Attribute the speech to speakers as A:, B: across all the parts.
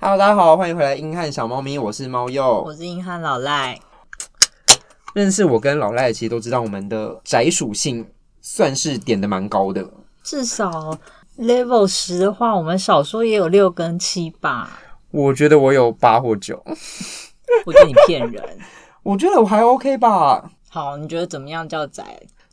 A: Hello，大家好，欢迎回来《英汉小猫咪》，我是猫鼬。
B: 我是硬汉老赖，
A: 认识我跟老赖其实都知道，我们的宅属性算是点的蛮高的。
B: 至少 level 十的话，我们少说也有六跟七吧。
A: 我觉得我有八或九，
B: 我觉得你骗人。
A: 我觉得我还 OK 吧。
B: 好，你觉得怎么样叫宅？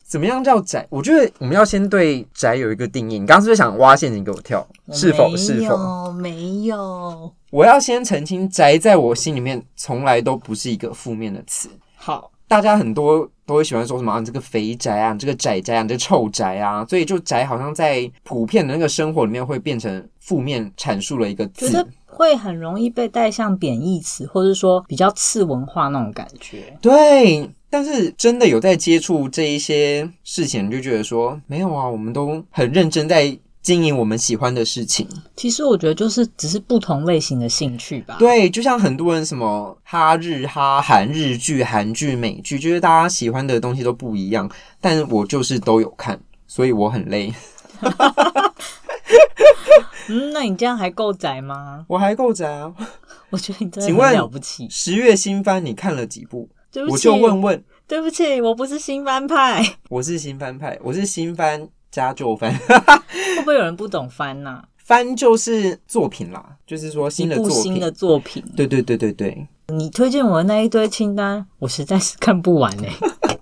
A: 怎么样叫宅？我觉得我们要先对宅有一个定义。你刚刚是不是想挖陷阱给我跳？
B: 我
A: 是否？
B: 没
A: 是否？
B: 有？没有。
A: 我要先澄清，宅在我心里面从来都不是一个负面的词。
B: 好，
A: 大家很多都会喜欢说什么啊，你这个肥宅啊，你这个宅宅啊，你这个臭宅啊，所以就宅好像在普遍的那个生活里面会变成负面阐述了一个
B: 觉得
A: 字。
B: 会很容易被带向贬义词，或者说比较次文化那种感觉。
A: 对，但是真的有在接触这一些事情，你就觉得说没有啊，我们都很认真在经营我们喜欢的事情。
B: 其实我觉得就是只是不同类型的兴趣吧。
A: 对，就像很多人什么哈日哈韩日剧、韩剧、美剧，就是大家喜欢的东西都不一样，但我就是都有看，所以我很累。
B: 嗯，那你这样还够宅吗？
A: 我还够宅啊。
B: 我觉得你真
A: 请
B: 的
A: 问
B: 很了不起。
A: 十月新番你看了几部？
B: 对不
A: 我
B: 起，
A: 就问问，
B: 对不起，我不是新番派，
A: 我是新番派，我是新番加旧番，
B: 会不会有人不懂番呐、
A: 番就是作品啦，就是说
B: 一
A: 新的
B: 部
A: 作品。
B: 新的作品，
A: 对对对对对，
B: 你推荐我的那一堆清单，我实在是看不完哎、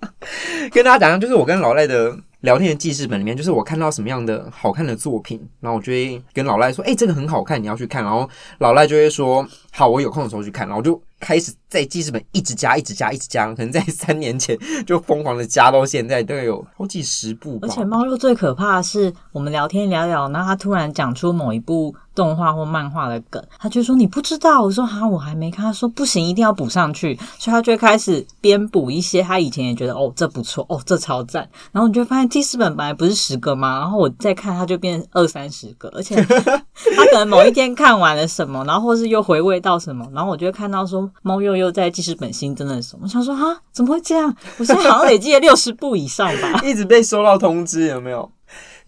A: 跟大家讲一下，就是我跟老赖的聊天的记事本里面，就是我看到什么样的好看的作品，然后我就会跟老赖说：“哎、这个很好看，你要去看。”然后老赖就会说：“好，我有空的时候去看。”然后我就开始在记事本一直加，一直加，一直加，可能在三年前就疯狂的加到现在，大概有好几十部吧
B: 而。且猫肉最可怕的是，我们聊天聊聊，然后他突然讲出某一部动画或漫画的梗，他就说你不知道，我说哈我还没看，他说不行，一定要补上去，所以他就会开始编补一些他以前也觉得哦这不错，哦这超赞，然后你就会发现记事本本来不是十个吗？然后我再看它就变二三十个，而且他可能某一天看完了什么，然后或是又回味到什么，然后我就会看到说猫又又在记事本新增了什么，我想说哈怎么会这样？我现在好像累积了六十部以上吧。
A: 一直被收到通知，有没有？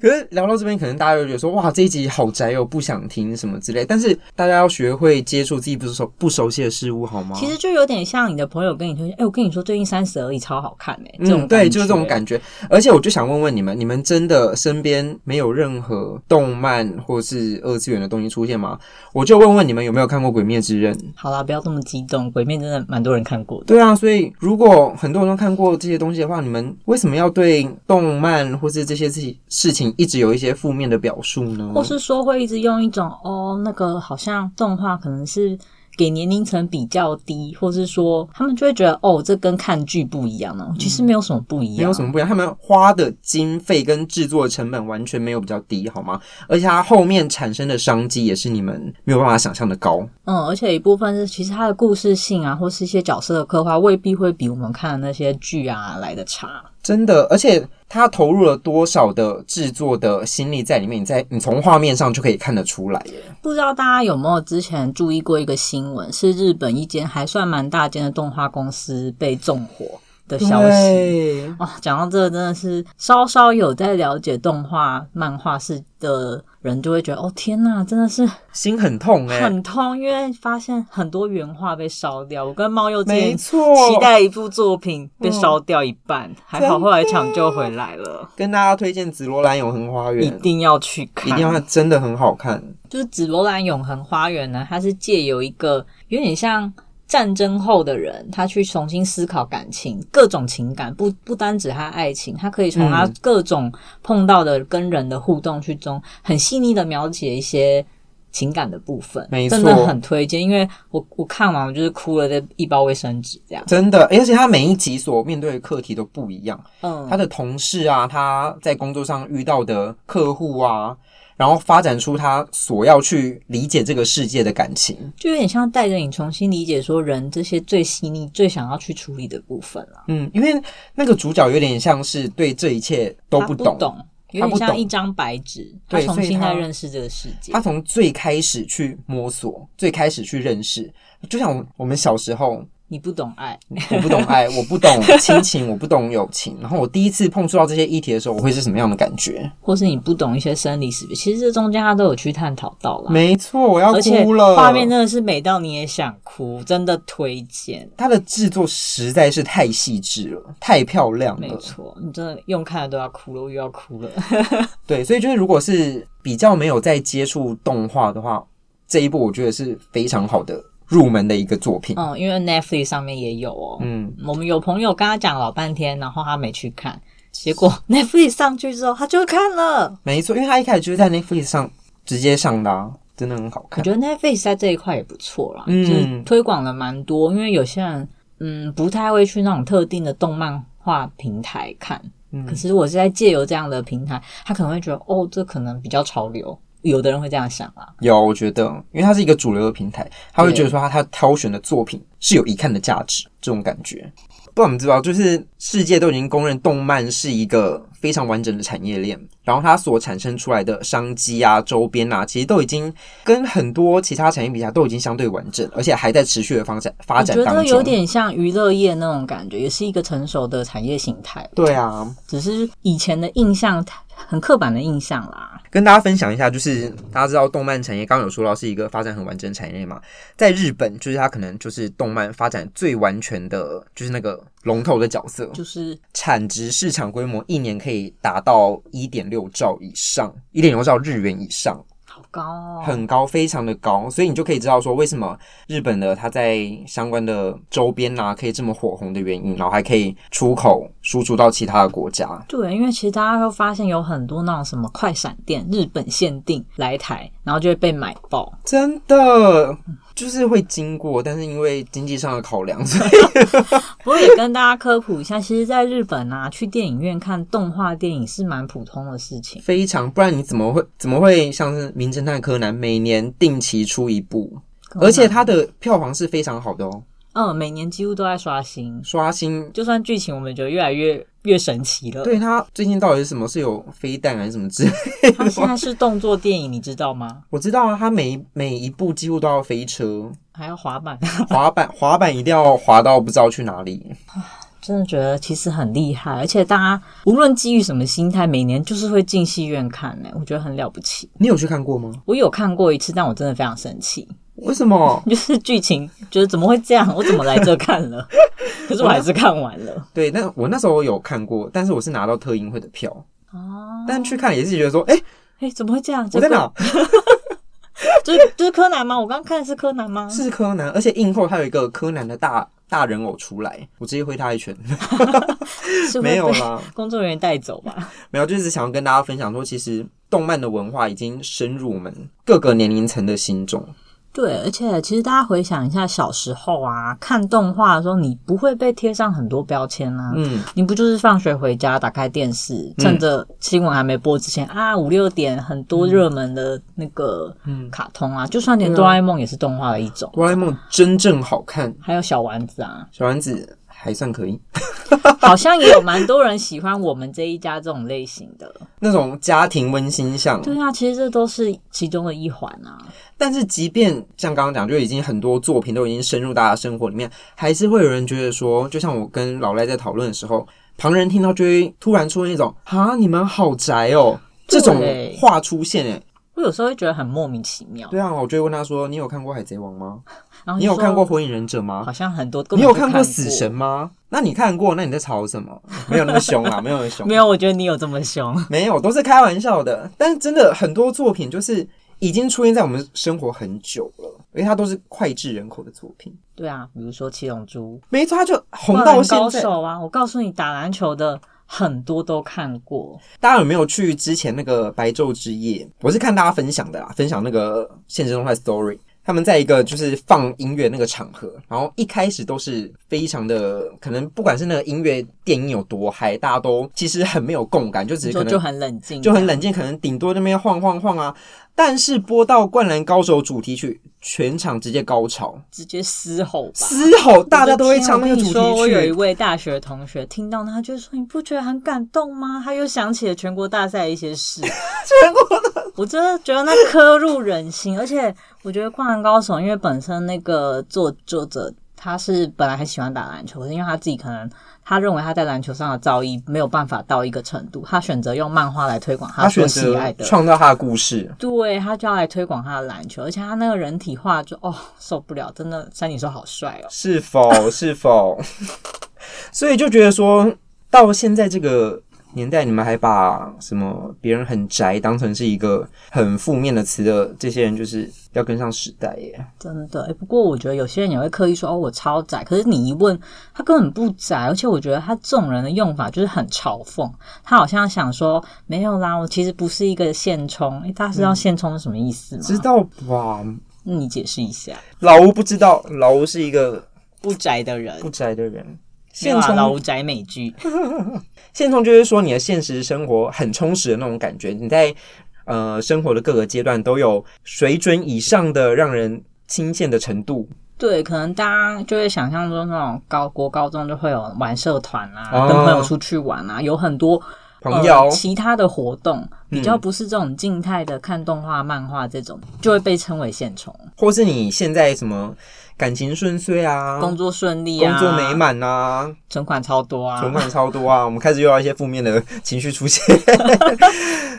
A: 可是聊到这边，可能大家就觉得说，哇，这一集好宅哦，不想听什么之类。但是大家要学会接触自己不熟不熟悉的事物，好吗？
B: 其实就有点像你的朋友跟你推荐，哎、我跟你说最近《三十而已》超好看哎、这种
A: 嗯，对，
B: 感
A: 就是这种
B: 觉
A: 感觉。而且我就想问问你们，你们真的身边没有任何动漫或是二次元的东西出现吗？我就问问你们有没有看过《鬼灭之刃》？
B: 好啦，不要这么激动，《鬼面》真的蛮多人看过的。
A: 对啊，所以如果很多人都看过这些东西的话，你们为什么要对动漫或是这些事情事情一直有一些负面的表述呢？
B: 或是说会一直用一种哦，那个好像动画可能是给年龄层比较低，或是说他们就会觉得哦，这跟看剧不一样呢。其实没有什么不一样，
A: 嗯没有什么不一样，他们花的经费跟制作成本完全没有比较低，好吗？而且它后面产生的商机也是你们没有办法想象的高。
B: 嗯，而且一部分是其实它的故事性啊，或是一些角色的刻画，未必会比我们看的那些剧啊来的差。
A: 真的，而且他投入了多少的制作的心力在里面，你在你从画面上就可以看得出来耶。
B: 不知道大家有没有之前注意过一个新闻，是日本一间还算蛮大间的动画公司被纵火的消息。
A: 对，
B: 哦，讲到这个真的是稍稍有在了解动画、漫画是的人，就会觉得哦天呐，真的是
A: 心很痛哎、
B: 很痛，因为发现很多原画被烧掉。我跟猫又之
A: 没
B: 前
A: 错。嗯
B: 期待一部作品被烧掉一半，还好后来抢救回来了，
A: 跟大家推荐《紫罗兰永恒花
B: 一
A: 园》，
B: 定要去看，
A: 一定要看，真的很好看。
B: 就是紫罗兰永恒花园呢，它是借由一个有点像战争后的人，他去重新思考感情，各种情感，不不单指他爱情，他可以从他
A: 嗯
B: 各种碰到的跟人的互动去中，很细腻的描写一些。情感的部分，
A: 没错
B: 真的很推荐，因为我我看完我就是哭了的一包卫生纸这样。
A: 真的，而且他每一集所面对的课题都不一样。
B: 嗯
A: 他，的同事啊，他在工作上遇到的客户啊，然后发展出他所要去理解这个世界的感情。
B: 就有点像带着你重新理解说人这些最细腻、最想要去处理的部分了、
A: 嗯，因为那个主角有点像是对这一切都
B: 他
A: 不
B: 不
A: 懂，
B: 懂，有
A: 他
B: 点
A: 不
B: 像
A: 懂
B: 一张白纸，他
A: 对
B: 重
A: 所以
B: 新
A: 他
B: 在认识这个世界
A: 他。从最开始去摸索，最开始去认识，就像我们小时候
B: 你不懂爱，
A: 我不懂 爱，我不懂亲情，我不懂友情。然后我第一次碰触到这些议题的时候，我会是什么样的感觉？
B: 或是你不懂一些生理识别，其实这中间他都有去探讨到啦。
A: 没错，我要
B: 而且
A: 哭了。
B: 画面真的是美到你也想哭，真的推荐。
A: 它的制作实在是太细致了，太漂亮
B: 没
A: 了。
B: 错，你真的用看的都要哭了，我又要哭了。
A: 对，所以就是如果是比较没有在接触动画的话，这一部我觉得是非常好的入门的一个作品。
B: 嗯，因为 Netflix 上面也有哦。
A: 嗯，
B: 我们有朋友跟他讲老半天，然后他没去看，结果 Netflix 上去之后他就看了。
A: 没错，因为它一开始就是在 Netflix 上直接上的、啊，真的很好
B: 我
A: 看。
B: 觉得 Netflix 在这一块也不错啦，
A: 嗯
B: 就是推广了蛮多，因为有些人嗯不太会去那种特定的动漫画平台看，
A: 嗯
B: 可是我是在借由这样的平台，他可能会觉得哦，这可能比较潮流，有的人会这样想啦。
A: 有，我觉得，因为它是一个主流的平台，他会觉得说他他挑选的作品是有一看的价值，这种感觉。不然我们知道，就是世界都已经公认动漫是一个非常完整的产业链，然后它所产生出来的商机啊、周边啊，其实都已经跟很多其他产业比起来都已经相对完整，而且还在持续的发展发
B: 我
A: 展
B: 觉
A: 当
B: 得
A: 中。
B: 有点像娱乐业那种感觉，也是一个成熟的产业形态，
A: 对啊，
B: 只是以前的印象很刻板的印象啦。
A: 跟大家分享一下，就是大家知道动漫产业，刚刚有说到是一个发展很完整的产业嘛，在日本就是它可能就是动漫发展最完全的，就是那个龙头的角色，
B: 就是
A: 产值市场规模一年可以达到一点六兆以上，一点六兆日元以上，
B: 好高哦，
A: 很高，非常的高，所以你就可以知道说为什么日本的它在相关的周边呐、可以这么火红的原因，然后还可以出口输出到其他的国家，
B: 对，因为其实大家会发现有很多那种什么快闪店、日本限定来台，然后就会被买爆。
A: 真的就是会经过，但是因为经济上的考量，所以
B: 不过也跟大家科普一下，其实在日本啊，去电影院看动画电影是蛮普通的事情。
A: 非常不然你怎么会 怎么会像是《名侦探柯南》每年定期出一部，而且它的票房是非常好的哦，
B: 嗯，每年几乎都在刷新，
A: 刷新。
B: 就算剧情我们觉得越来越越神奇了。
A: 对它最近到底是什么？是有飞弹还是什么之类 的？
B: 它现在是动作电影，你知道吗？
A: 我知道啊，它每每一部几乎都要飞车，
B: 还要滑板，
A: 滑板滑板一定要滑到不知道去哪里。
B: 真的觉得其实很厉害。而且大家无论基于什么心态，每年就是会进戏院看欸呢、我觉得很了不起。
A: 你有去看过吗？
B: 我有看过一次，但我真的非常生气。
A: 为什么？
B: 就是剧情，觉得怎么会这样？我怎么来这看了？ 可是我还是看完 了。
A: 对，那我那时候有看过，但是我是拿到特映会的票，
B: 哦，
A: 但去看也是觉得说，哎、
B: 哎、怎么会这样？
A: 我在哪？
B: 这 个？就是就是柯南吗？我刚刚看的是柯南吗？
A: 是柯南，而且映后他有一个柯南的大大人偶出来，我直接挥他一拳。
B: 是
A: 没有
B: 会被
A: 啦，
B: 工作人员带走吧？
A: 没有，就是想要跟大家分享说，其实动漫的文化已经深入我们各个年龄层的心中。
B: 对，而且其实大家回想一下，小时候啊，看动画的时候，你不会被贴上很多标签啊。
A: 嗯，
B: 你不就是放学回家打开电视，趁着新闻还没播之前、啊，五六点很多热门的那个
A: 嗯
B: 卡通啊，就算连
A: 对啊
B: 哆啦 A 梦也是动画的一种，
A: 哆啦 A 梦真正好看，
B: 还有小丸子啊，
A: 小丸子还算可以，
B: 好像也有蛮多人喜欢我们这一家这种类型的。
A: 那种家庭温馨向。
B: 对啊，其实这都是其中的一环啊。
A: 但是即便像刚刚讲，就已经很多作品都已经深入大家生活里面，还是会有人觉得说，就像我跟老赖在讨论的时候，旁人听到就会突然出现一种“啊，你们好宅哦”这种
B: 对
A: 话出现、欸，
B: 我有时候会觉得很莫名其妙，
A: 对啊，我就会问他说：“你有看过《海贼王》吗？
B: 然后
A: 你
B: 就
A: 有看
B: 说
A: 过《火影忍者》吗
B: 好？像很多
A: 你
B: 根本
A: 有
B: 就
A: 看过
B: 看
A: 《死神》？吗？那你看过，那你在吵什 么？没有那么凶啊啦，没有那么凶，
B: 没有，我觉得你有这么凶。
A: 没有，都是开玩笑的。但真的很多作品就是已经出现在我们生活很久了，而且它都是脍炙人口的作品。
B: 对啊，比如说《七龙珠》
A: 没错，它就红
B: 灌
A: 到
B: 篮
A: 现
B: 高
A: 在。
B: 手》啊，我告诉你，打篮球的很多都看过。
A: 大家有没有去之前那个白昼之夜？我是看大家分享的啦，分享那个现实动态 story。他们在一个就是放音乐那个场合，然后一开始都是非常的，可能不管是那个音乐电音有多嗨，大家都其实很没有共感，就只是可
B: 就
A: 能
B: 就很冷静，
A: 就很冷静，可能顶多那边晃晃晃啊。但是播到《灌篮高手》主题曲，全场直接高潮，
B: 直接嘶吼吧。
A: 嘶吼，大家都会唱那个主
B: 我跟你说，我
A: 题
B: 有一
A: 曲。
B: 位大学同学听到，他就说：“你不觉得很感动吗？”他又想起了全国大赛的一 些事。全国的，我真的觉得那刻入人心。而且我觉得《灌篮高手》，因为本身那个作作者他是本来很喜欢打篮球，可是因为他自己可能他认为他在篮球上的造诣没有办法到一个程度，他选择用漫画来推广
A: 他
B: 所
A: 选
B: 喜爱
A: 择
B: 的。
A: 创造他的故事，
B: 对他就要来推广他的篮球，而且他那个人体画就哦受不了，真的山里说好帅哦，
A: 是否？ 是否？所以就觉得说到现在这个年代，你们还把什么别人很宅当成是一个很负面的词的，这些人就是要跟上时代耶。
B: 真的。诶不过我觉得有些人也会刻意说哦我超宅，可是你一问他根本不宅，而且我觉得他这种人的用法就是很嘲讽，他好像想说没有啦，我其实不是一个现充，诶大家知道现充是什么意思吗？
A: 知道吧？
B: 你解释一下，
A: 老吴不知道，老吴是一个
B: 不宅的人
A: 不宅的人。
B: 没有
A: 现
B: 啊老
A: 充，
B: 吴宅美剧，
A: 现充就是说你的现实生活很充实的那种感觉，你在呃生活的各个阶段都有水准以上的让人倾羡的程度。
B: 对，可能大家就会想象中那种高国高中就会有玩社团啦、
A: 哦
B: 跟朋友出去玩啊，有很多
A: 朋友、
B: 呃其他的活动，
A: 嗯
B: 比较不是这种静态的看动画、漫画这种，就会被称为现充。
A: 或是你现在什么感情顺遂啊，
B: 工作顺利啊，
A: 工作美，满啊，
B: 存款超多啊，
A: 存款超多啊， 我们开始又要一些负面的 情绪出现，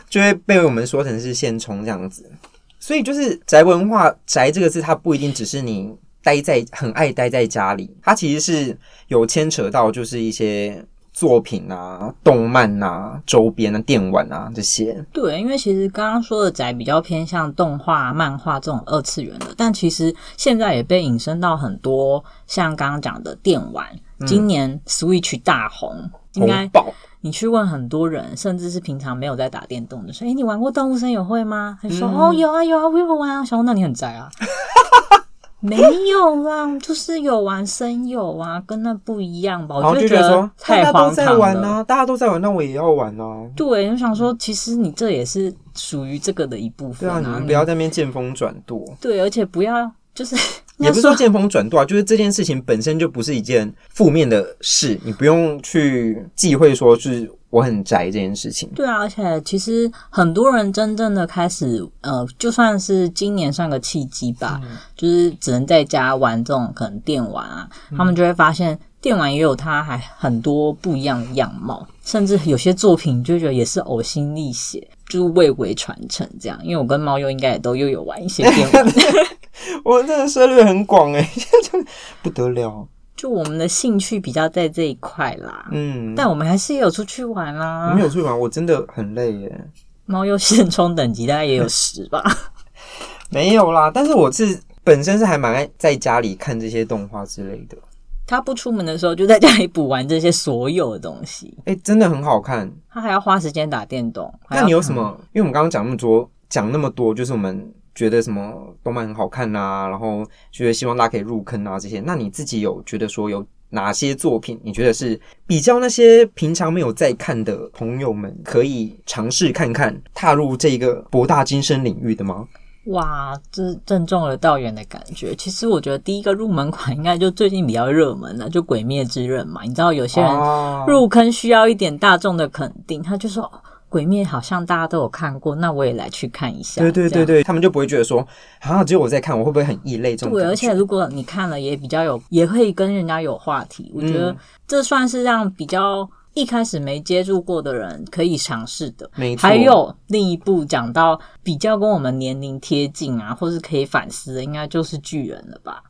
A: 就会被我们说成是现充这样子。所以就是宅文化，宅这个字它不一定只是你待在很爱待在家里，它其实是有牵扯到就是一些作品啊、动漫啊、周边啊、电玩啊这些。
B: 对，因为其实刚刚说的宅比较偏向动画、漫画这种二次元的，但其实现在也被引申到很多，像刚刚讲的电玩，
A: 嗯
B: 今年 Switch 大红，应该
A: 红爆
B: 你去问很多人，甚至是平常没有在打电动的，说：“哎、你玩过《动物森友会》吗？”他就
A: 嗯
B: 说：“哦，有啊，有啊，我有玩啊。”小红，那你很宅啊？ 没有啦，就是有玩声友啊，跟那不一样吧？
A: 然后
B: 我
A: 就觉
B: 觉
A: 得说
B: 得，
A: 大
B: 太
A: 家都
B: 荒
A: 在
B: 唐
A: 玩
B: 了。
A: 啊，大家都在玩，那我也要玩啊。
B: 对，就想说，其实你这也是属于这个的一部
A: 对
B: 分
A: 啊，你们不要在那边见风转舵，
B: 对，而且不要就是
A: 也不是说见风转舵啊，就是这件事情本身就不是一件负面的事，你不用去忌讳说是我很宅这件事情。
B: 对啊，而且其实很多人真正的开始，呃，就算是今年算个契机吧，
A: 嗯
B: 就是只能在家玩这种可能电玩啊，
A: 嗯
B: 他们就会发现电玩也有它还很多不一样的样貌，甚至有些作品就觉得也是呕心沥血，就是蔚为传承这样。因为我跟猫又应该也都又有玩一些电 玩，
A: 我真的涉猎很广哎、真的 不得了。
B: 就我们的兴趣比较在这一块啦。
A: 嗯，
B: 但我们还是有出去玩
A: 我啊
B: 啦
A: 没，有去玩，我真的很累耶。
B: 猫又现充等级大概也有十吧。
A: 没有啦，但是我是本身是还蛮爱在家里看这些动画之类的。
B: 他不出门的时候就在家里补完这些所有的东西，
A: 哎、真的很好看。
B: 他还要花时间打电动。还要
A: 那你有什么？因为我们刚刚讲那么多，讲那么多，就是我们觉得什么动漫很好看啊，然后觉得希望大家可以入坑啊这些。那你自己有觉得说有哪些作品，你觉得是比较那些平常没有在看的朋友们可以尝试看看，踏入这个博大精深领域的吗？
B: 哇，这正中了道远的感觉。其实我觉得第一个入门款应该就最近比较热门的，就《鬼灭之刃》嘛。你知道有些人
A: 啊
B: 入坑需要一点大众的肯定，他就说哦《鬼灭》好像大家都有看过，那我也来去看一下。
A: 对对
B: 这
A: 对
B: 样。
A: 对，他们就不会觉得说啊，只有我在看，我会不会很异类这种
B: 对，
A: 感
B: 而
A: 觉
B: 且如果你看了也比较有，也会跟人家有话题。我觉得
A: 嗯
B: 这算是让比较一开始没接触过的人可以尝试的。
A: 没错，
B: 还有另一部讲到比较跟我们年龄贴近啊，或是可以反思的，应该就是巨人了吧？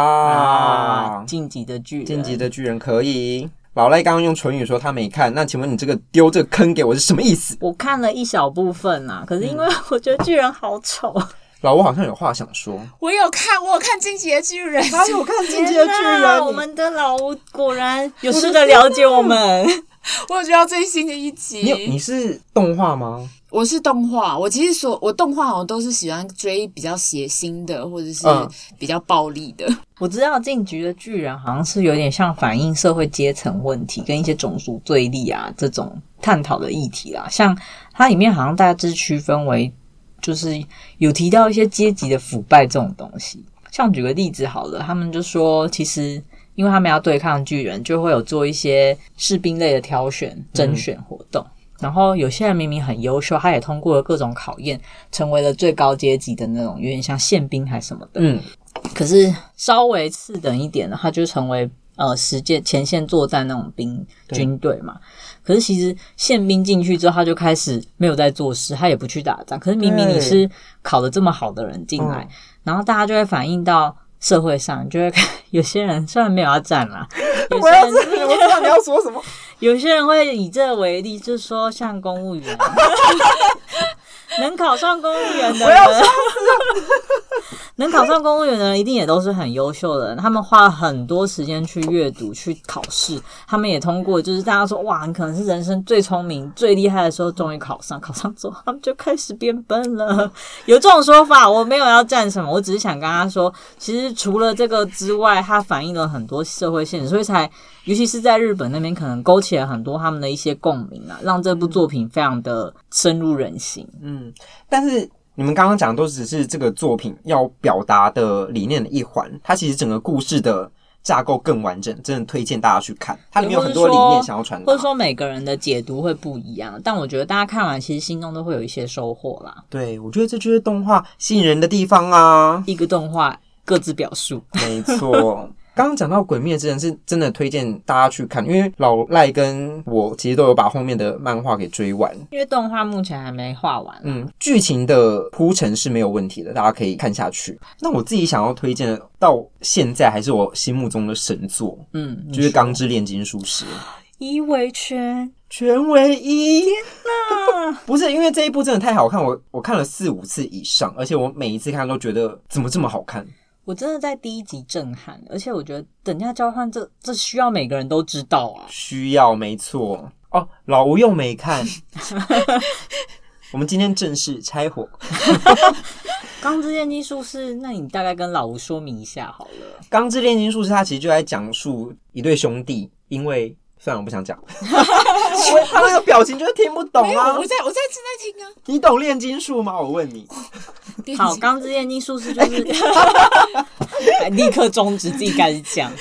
A: 啊，
B: 晋级的巨人，
A: 晋级的巨人可以。老赖刚刚用唇语说他没看，那请问你这个丢这个坑给我是什么意思？
B: 我看了一小部分啊，可是因为我觉得巨人好丑，
A: 老吴好像有话想说，
C: 我有看，我有看《进击的巨人》，
A: 有哎看《
B: 天哪我们的老吴果然有试着了解我们。
C: 我有追到最新的一
A: 你有你
C: 集。
A: 是动画吗？
C: 我是动画，我其实所我动画好像都是喜欢追比较血腥的，或者是
A: 嗯
C: 比较暴力的。
B: 我知道晋级的巨人好像是有点像反映社会阶层问题跟一些种族对立啊这种探讨的议题啦。像它里面好像大致区分为，就是有提到一些阶级的腐败这种东西。像举个例子好了，他们就说其实。因为他们要对抗巨人，就会有做一些士兵类的挑选、甄选活动。然后有些人明明很优秀，他也通过了各种考验，成为了最高阶级的那种，有点像宪兵还是什么的。
A: 嗯，
B: 可是稍微次等一点的，他就成为呃实践前线作战那种兵
A: 对
B: 军队嘛。可是其实宪兵进去之后，他就开始没有在做事，他也不去打仗。可是明明
A: 对
B: 你是考得这么好的人进来，
A: 嗯
B: 然后大家就会反映到社会上，就会看 有些人虽然没有要战啦，有
A: 我
B: 些
A: 要
B: 人
A: 知道，我知道你要说什么。
B: 有些人会以这为例，就是说像公务员， 能考上公务员的人，能考上公务员的人一定也都是很优秀的人，他们花了很多时间去阅读、去考试，他们也通过，就是大家说哇，你可能是人生最聪明、最厉害的时候，终于考上，考上之后他们就开始变笨了。有这种说法，我没有要站什么，我只是想跟他说，其实除了这个之外，它反映了很多社会现实，所以才尤其是在日本那边，可能勾起了很多他们的一些共鸣啊，让这部作品非常的深入人心。
A: 嗯，但是你们刚刚讲的都只是这个作品要表达的理念的一环，它其实整个故事的架构更完整，真的推荐大家去看。它里面有很多理念想要传达，
B: 或者说每个人的解读会不一样，但我觉得大家看完其实心中都会有一些收获啦。
A: 对我觉得这就是动画吸引人的地方啊。
B: 一个动画各自表述，
A: 没错。刚刚讲到《鬼灭之刃》是真的推荐大家去看，因为老赖跟我其实都有把后面的漫画给追完。
B: 因为动画目前还没画完。啊
A: 嗯，剧情的铺陈是没有问题的，大家可以看下去。那我自己想要推荐的，到现在还是我心目中的神作，
B: 嗯，
A: 就是《钢之炼金术师》
B: 一维圈
A: 全为一。天哪！ 不是因为这一部真的太好看，我我看了四五次以上，而且我每一次看都觉得怎么这么好看。
B: 我真的在第一集震撼，而且我觉得等价交换这这需要每个人都知道啊。
A: 需要，没错。哦，老吴又没看。 我们今天正式拆火。
B: 钢之炼金术士，那你大概跟老吴说明一下好 了。
A: 《钢之炼金术师》它其实就在讲述一对兄弟，因为算了，我不想讲。我他那个表情就是听不懂
C: 没有，
A: 啊
C: 我！在我在正在听啊。
A: 你懂炼金术吗？我问你，
C: 别
B: 好，
C: 急
B: 钢之炼金术士就是 哎立刻终止自己开始讲。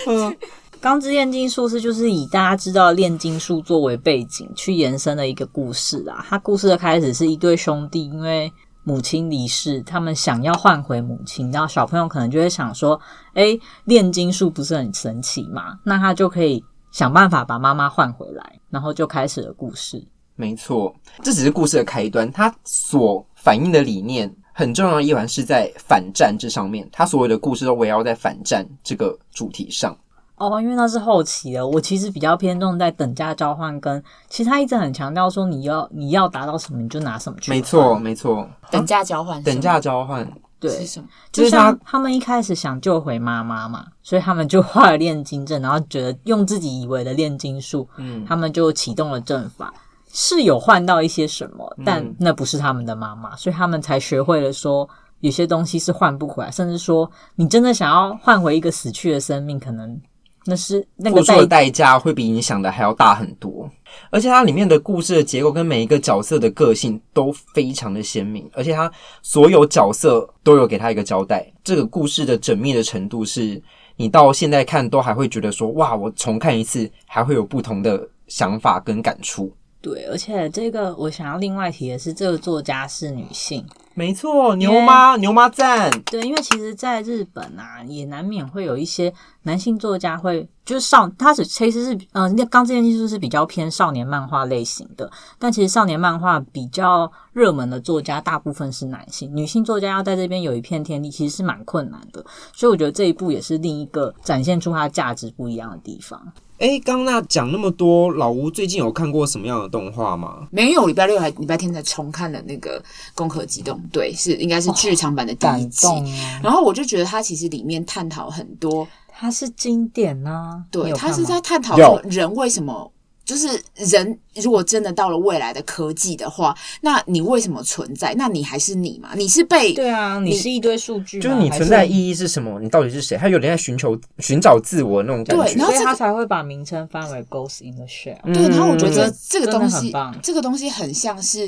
B: 钢之炼金术士就是以大家知道的炼金术作为背景去延伸的一个故事啦。它故事的开始是一对兄弟因为母亲离世，他们想要换回母亲，然后小朋友可能就会想说：“诶，炼金术不是很神奇嘛？那他就可以想办法把妈妈换回来。”然后就开始了故事。
A: 没错，这只是故事的开端，它所反映的理念很重要的一环是在反战这上面，它所有的故事都围绕在反战这个主题上。
B: 哦，因为那是后期的，我其实比较偏重在等价交换跟，其实他一直很强调说你要你要达到什么你就拿什么去，
A: 没，错，没错，
C: 等价交换，
A: 等价交换。
C: 是
B: 对，
C: 什么？
B: 就
A: 就是他
B: 像他们一开始想救回妈妈嘛，所以他们就画了炼金阵，然后觉得用自己以为的炼金术，
A: 嗯，
B: 他们就启动了阵法，是有换到一些什么，但
A: 嗯
B: 那不是他们的妈妈，所以他们才学会了说有些东西是换不回来，甚至说你真的想要换回一个死去的生命，可能那是那
A: 付
B: 个
A: 出的
B: 代
A: 代价会比你想的还要大很多。而且它里面的故事的结构跟每一个角色的个性都非常的鲜明，而且它所有角色都有给他一个交代。这个故事的缜密的程度是，你到现在看都还会觉得说，哇，我重看一次还会有不同的想法跟感触。
B: 对，而且这个我想要另外提的是，这个作家是女性。
A: 没错，牛妈牛妈赞，
B: 对，因为其实在日本啊，也难免会有一些男性作家会就是少，他是其实是呃，那《钢之炼金术》是比较偏少年漫画类型的，但其实少年漫画比较热门的作家大部分是男性，女性作家要在这边有一片天地，其实是蛮困难的。所以我觉得这一部也是另一个展现出它价值不一样的地方。
A: 哎，刚那讲那么多，老吴最近有看过什么样的动画吗？
C: 没有，礼拜六还礼拜天才重看了那个《攻壳机动队》，是应该是剧场版的第一
B: 感
A: 哦
C: 集。
B: 动啊！
C: 然后我就觉得它其实里面探讨很多，
B: 它是经典呐、你
C: 对，
B: 有
C: 它
B: 看
C: 是
B: 吗
C: 在探讨
A: 有
C: 说人为什么。就是人如果真的到了未来的科技的话，那你为什么存在？那你还是你嘛？你是被
B: 对啊，你
C: 你
B: 是一堆数据吗，啊
A: 就是你
B: 还
A: 存在
B: 你
A: 意义是什么？你到底是谁？他有点在寻求寻找自我那种感觉。
C: 对然后
B: 所以
C: 这
B: 他
C: 个
B: 才会把名称翻为 Ghost in the Shell。
A: 嗯
C: 对，然后我觉得
A: 嗯
C: 这
B: 真
C: 个
B: 的
C: 东
B: 很
C: 西
B: 棒，
C: 这个东西很像是，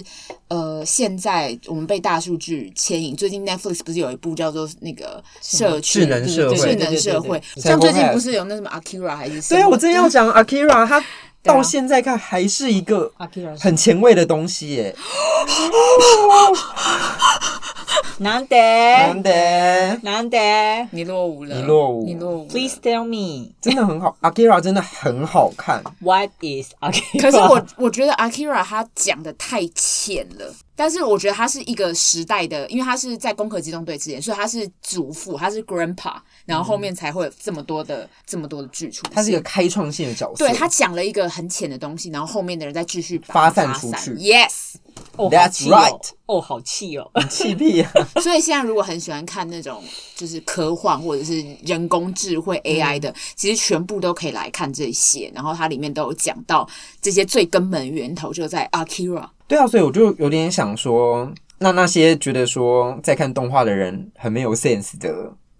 C: 呃，现在我们被大数据牵引。最近 Netflix 不是有一部叫做那个
B: 什么
C: 社区
A: 智能社会
C: 智
B: 对
C: 能
B: 对对
C: 社会，
B: 对
C: 像最近
A: Psychopath
C: 不是有那什么 Akira 还是什
A: 对
C: 么？
A: 啊，我正要讲 Akira，他
B: 对啊
A: 到现在看还是一个
B: Akira 是
A: 很前卫的东西耶。
B: 难得，
A: 难得，
B: 难得
C: 你落伍了，
A: 你落伍
C: 你落伍了。
B: ，Please tell me
A: 真的很好，Akira 真的很好看。
B: what is a k
C: 可 是我我觉得 Akira 他讲的太浅了，但是我觉得他是一个时代的，因为他是在《攻壳机动队》之前，所以他是祖父，他是 grandpa，然后后面才会有这么多的、这么多的剧出现。
A: 他是一个开创性的角色，
C: 对他讲了一个很浅的东西，然后后面的人再继续把
A: 发
C: 它
A: 散
C: 散
A: 出去
C: Yes，
B: 哦，好
A: That's
B: 气哦
A: right，
B: 哦，好气哦，
A: 气屁啊！
C: 所以现在如果很喜欢看那种就是科幻或者是人工智慧 AI
A: 嗯
C: 的，其实全部都可以来看这些，然后它里面都有讲到这些最根本源头就在 Akira。
A: 对啊，所以我就有点想说，那那些觉得说在看动画的人很没有 sense 的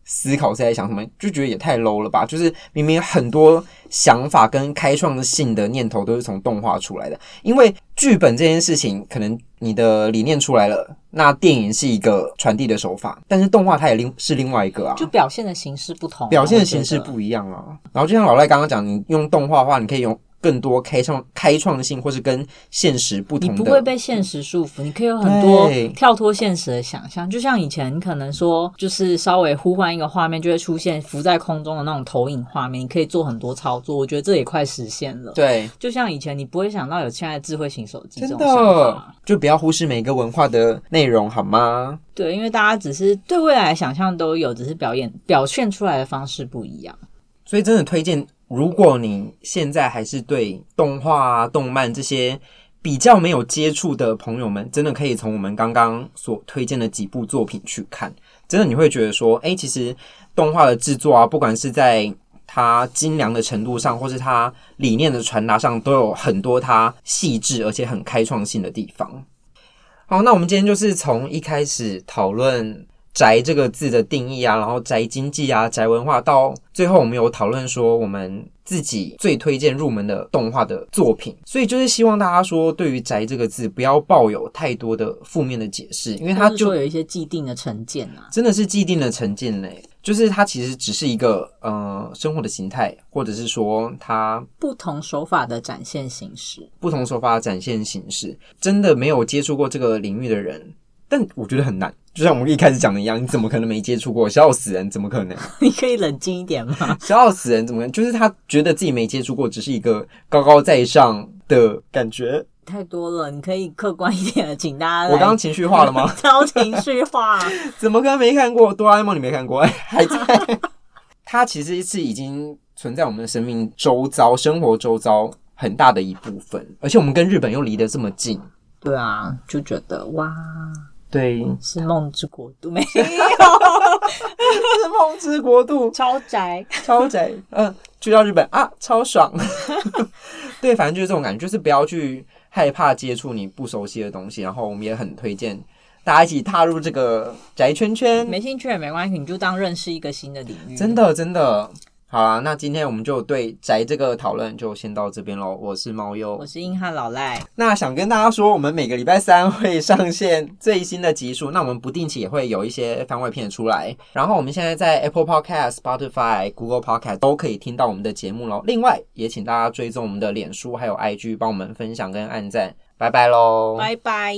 A: 思考是在想什么，就觉得也太 low 了吧？就是明明很多想法跟开创性的念头都是从动画出来的，因为剧本这件事情，可能你的理念出来了，那电影是一个传递的手法，但是动画它也另是另外一个啊，
B: 就表现的形式不同啊，
A: 表现
B: 我
A: 的
B: 觉
A: 形式
B: 得
A: 不一样啊。然后就像老赖刚刚讲，你用动画的话，你可以用更多开创开创性，或是跟现实不
B: 你
A: 同
B: 不会
A: 的。
B: 被现实束缚，你可以有很多
A: 对
B: 跳脱现实的想象。就像以前，你可能说，就是稍微呼唤一个画面，就会出现浮在空中的那种投影画面，你可以做很多操作。我觉得这也快实现了。
A: 对，
B: 就像以前，你不会想到有现在智慧型手机这
A: 真
B: 种想法
A: 的。，就不要忽视每个文化的内容好吗？
B: 对，因为大家只是对未来的想象都有，只是表演表现出来的方式不一样。
A: 所以真的推荐，如果你现在还是对动画、啊、动漫这些比较没有接触的朋友们，真的可以从我们刚刚所推荐的几部作品去看，真的你会觉得说，哎、其实动画的制作啊，不管是在它精良的程度上，或是它理念的传达上，都有很多它细致而且很开创性的地方。好，那我们今天就是从一开始讨论“宅”这个字的定义啊，然后宅经济啊、宅文化，到最后我们有讨论说我们自己最推荐入门的动画的作品，所以就是希望大家说对于“宅”这个字不要抱有太多的负面的解释，因为它
B: 或是
A: 就
B: 说有一些既定的成见啊，
A: 真的是既定的成见嘞，就是它其实只是一个呃生活的形态，或者是说它
B: 不同手法的展现形式。
A: 不同手法的展现形式。真的没有接触过这个领域的人，但我觉得很难。就像我们一开始讲的一样，你怎么可能没接触过？笑死人，怎么可能？
B: 你可以冷静一点吗？
A: 笑死人，怎么可能？就是他觉得自己没接触过，只是一个高高在上的感觉。
B: 太多了，你可以客观一点，请大家来。
A: 我刚刚情绪化了吗？
B: 超情绪化，
A: 怎么可能没看过《哆啦 A 梦》？你没看 过，还在。它其实是已经存在我们的生命周遭、生活周遭很大的一部分，而且我们跟日本又离得这么近。
B: 对啊，就觉得哇，
A: 对，
B: 是梦之国度，没
A: 是梦之国度，
B: 超宅，
A: 超宅， 嗯，去到日本啊，超 爽。对，反正就是这种感觉，就是不要去害怕接触你不熟悉的东西。然后我们也很推荐大家一起踏入这个宅圈圈。
B: 没兴趣也没关系，你就当认识一个新的领域。
A: 嗯真的真的。好啦，那今天我们就对宅这个讨论就先到这边喽。我是猫
B: 我
A: 鼬，
B: 是硬汉老赖，
A: 那想跟大家说，我们每个礼拜三会上线最新的集数，那我们不定期也会有一些番外片出来。然后我们现在在 Apple Podcast、Spotify、Google Podcast 都可以听到我们的节目喽。另外，也请大家追踪我们的脸书还有 IG，帮我们分享跟按赞。拜拜喽，
B: 拜拜。